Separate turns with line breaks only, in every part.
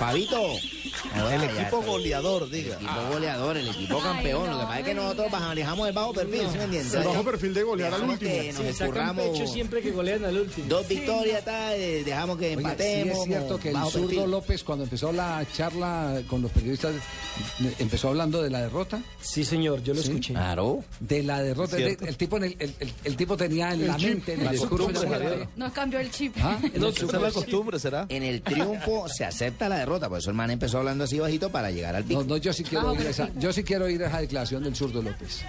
Pabito, el
ya
equipo
estoy.
goleador, diga.
equipo goleador, el equipo campeón. Lo que pasa es que nosotros manejamos el bajo perfil, ¿sí me entiendes?
El bajo perfil de golear al
Dejamos
último.
que nos
Sacan pecho
escurramos
siempre que golean al último.
dos victorias, tal, eh, dejamos que
Oiga, sí
empatemos.
es cierto que el
bajo
zurdo
perfil.
López, cuando empezó la charla con los periodistas, eh, empezó hablando de la derrota.
Sí, señor, yo lo escuché.
Claro.
De la derrota. El, el tipo, en el, el- el- el tipo tenía en la mente, en el discurso. en la mente.
Nos cambió el chip.
Ah,
No, supo-
costumbre, ¿será?
En el triunfo se acepta la derrota, por eso el man empezó hablando así bajito para llegar al
No,
pico.
no, yo sí quiero oír esa, yo Ah, sí quiero oír esa declaración del zurdo López.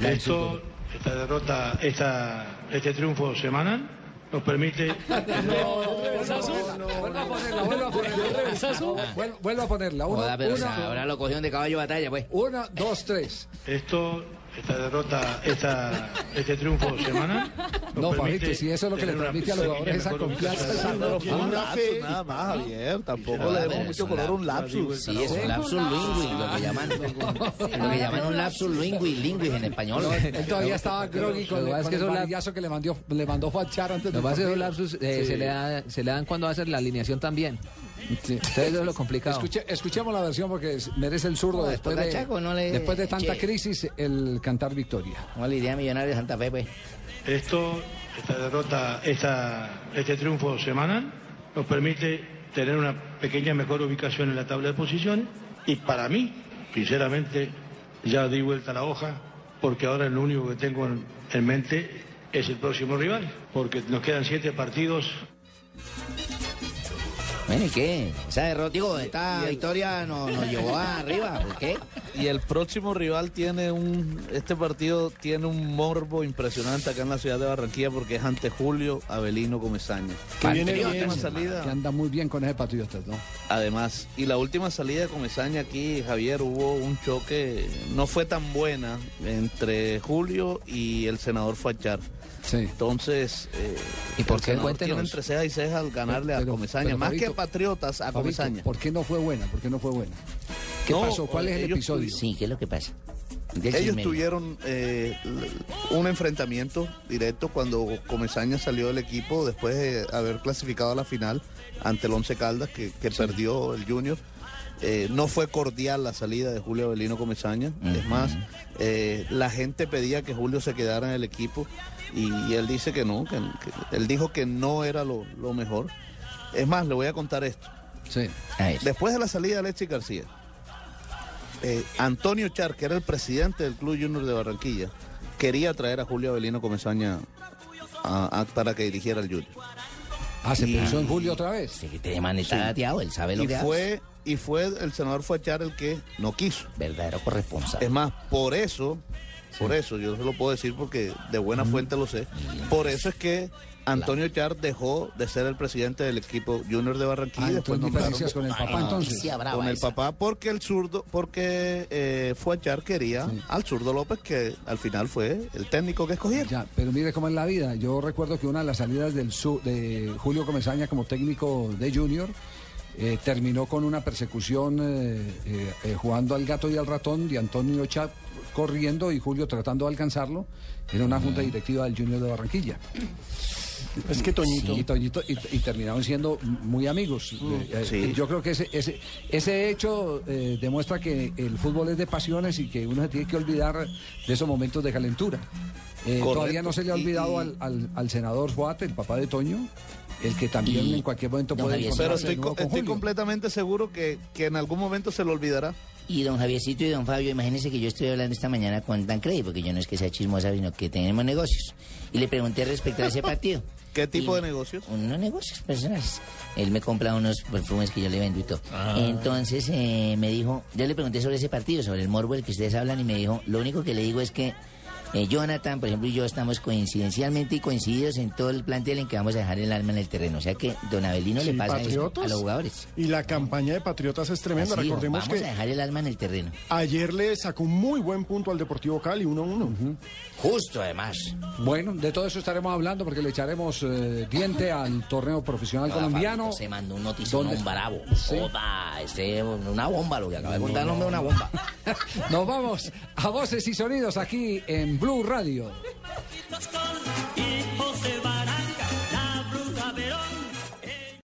Esto, esta derrota, esta, este triunfo semanal nos permite
Vuelva a ponerla, vuelva a ponerla. Vuel- Vuelva a ponerla. Uno,
Joda, pero o
uno,
sea, ahora lo cogieron de caballo de batalla, pues.
uno, dos, tres.
esto, esta derrota, esta, este triunfo semanal. nos
No,
permite
Fabito, si eso es lo que le
tener una
permite a los
pequeña
jugadores esa
mejora
confianza,
física.
esa
Una fe. Nada más, Javier. Tampoco le demos
pero
mucho
es un
color a un lapsus. Ah.
Sí, es un lapsus lingüi, lo que llaman, lo que llaman un lapsus lingüi, lingüis en español.
Él todavía estaba groggy con, el- con el varillazo que le mandó, le mandó fachar antes de eh,
eh,
se le
se le dan cuando hacen la alineación también.
eso es lo complicado. escuchemos la versión porque es- merece el zurdo
No,
después,
después
de,
Cachaco no le-
después de tanta
Che.
crisis el cantar victoria.
Una la idea millonaria de Santa Fe, pues.
Esto, esta derrota, esta, este triunfo semanal nos permite tener una pequeña mejor ubicación en la tabla de posiciones y para mí, sinceramente, ya di vuelta la hoja porque ahora lo único que tengo en, en mente es el próximo rival, porque nos quedan siete partidos.
Bueno, ¿y qué? Esa derrota, digo, esta victoria nos, nos llevó arriba, ¿por qué?
Y el próximo rival tiene un. Este partido tiene un morbo impresionante acá en la ciudad de Barranquilla porque es ante Julio Avelino Comesaña.
Que viene
Y la
bien,
última
Que
salida,
anda muy bien con ese Patriotas, ¿no?
además, y la última salida de Comesaña aquí, Javier, hubo un choque, no fue tan buena entre Julio y el senador Fachar.
Sí.
Entonces, eh,
¿Y por
el
qué?
senador
Cuéntenos.
tiene entre ceja y ceja al ganarle
Pero-
a Comesaña,
pero,
más que
Fabito,
a Patriotas, a
Fabito,
Comesaña.
¿Por qué no fue buena? ¿Por qué no fue buena? ¿Qué
No, eh,
pasó? ¿Cuál es el
ellos
episodio?
Sí, ¿qué es lo que pasa? Del
Ellos
chisme.
tuvieron eh, un enfrentamiento directo cuando Comesaña salió del equipo después de haber clasificado a la final ante el Once Caldas que, que perdió el Junior. Eh, no fue cordial la salida de Julio Avelino Comesaña. Es más, eh, la gente pedía que Julio se quedara en el equipo y, y él dice que no, que, que- él dijo que no era lo, lo mejor. Es más, le voy a contar esto.
Sí.
A ver,
Después de la salida de Alexis García, eh, Antonio Char, que era el presidente del Club Junior de Barranquilla, quería traer a Julio Avelino Comesaña a- a- para que dirigiera el Junior.
Ah, se
Y-
pensó en Julio otra vez.
sí, que te man está
Sí.
dateado, él sabe lo
Y
que hace.
fue, y fue el senador fue Char el que no quiso.
Verdadero
Es
corresponsal.
más, por eso, por eso, yo se lo puedo decir porque de buena fuente lo sé, por eso es que Antonio Char dejó de ser el presidente del equipo Junior de Barranquilla.
Ah,
y
entonces
después nombraron-
diferencias con el papá,
Ah,
entonces.
noticia brava
con el
esa.
papá porque el zurdo, porque eh, Fuachar quería al zurdo López, que al final fue el técnico que escogieron.
Ya, pero mire cómo es la vida. Yo recuerdo que una de las salidas del su- de Julio Comesaña como técnico de Junior eh, terminó con una persecución eh, eh, eh, jugando al gato y al ratón de Antonio Chat corriendo y Julio tratando de alcanzarlo en una junta directiva del Junior de Barranquilla.
Es que Toñito.
Y, Toñito- y- y terminaron siendo muy amigos.
Mm.
Eh,
sí.
eh, Yo creo que ese, ese, ese hecho eh, demuestra que el fútbol es de pasiones y que uno se tiene que olvidar de esos momentos de calentura. Eh,
Correcto.
todavía no se le ha
Y-
olvidado
y-
al, al- al senador Fuat, el papá de Toño, el que también
Y-
en cualquier momento
Don
puede
Javier,
encontrarse
Pero
de
estoy,
nuevo
co-
con
estoy
Julio.
completamente seguro que, que en algún momento se lo olvidará.
Y don Javiercito y don Fabio, imagínense que yo estoy hablando esta mañana con Tancredi, porque yo no es que sea chismosa, sino que tenemos negocios. Y le pregunté respecto a ese partido.
¿Qué tipo
Y-
de negocios?
Unos negocios personales. pues, Él me compra unos perfumes que yo le vendo y todo. Entonces eh, me dijo, yo le pregunté sobre ese partido, sobre el morbo del que ustedes hablan, y me dijo, lo único que le digo es que Eh, Jonathan, por ejemplo, y yo estamos coincidencialmente y coincididos en todo el plantel en que vamos a dejar el alma en el terreno. O sea que Don Avelino le
Sí,
pasa eso
Patriotas.
a los jugadores.
Y la campaña de Patriotas es tremenda.
Así,
Recordemos
vamos
que
a dejar el alma en el terreno.
ayer le sacó un muy buen punto al Deportivo Cali, 1-1.
Justo, además.
Bueno, de todo eso estaremos hablando porque le echaremos eh, diente al torneo profesional
No,
colombiano.
Ah, Fabito, se mandó un noticiero,
¿Dónde?
un bravo.
Sí.
Opa, este, una bomba lo que acaba de contar, hombre, una bomba.
Nos vamos a voces y sonidos aquí en Blue Radio.
y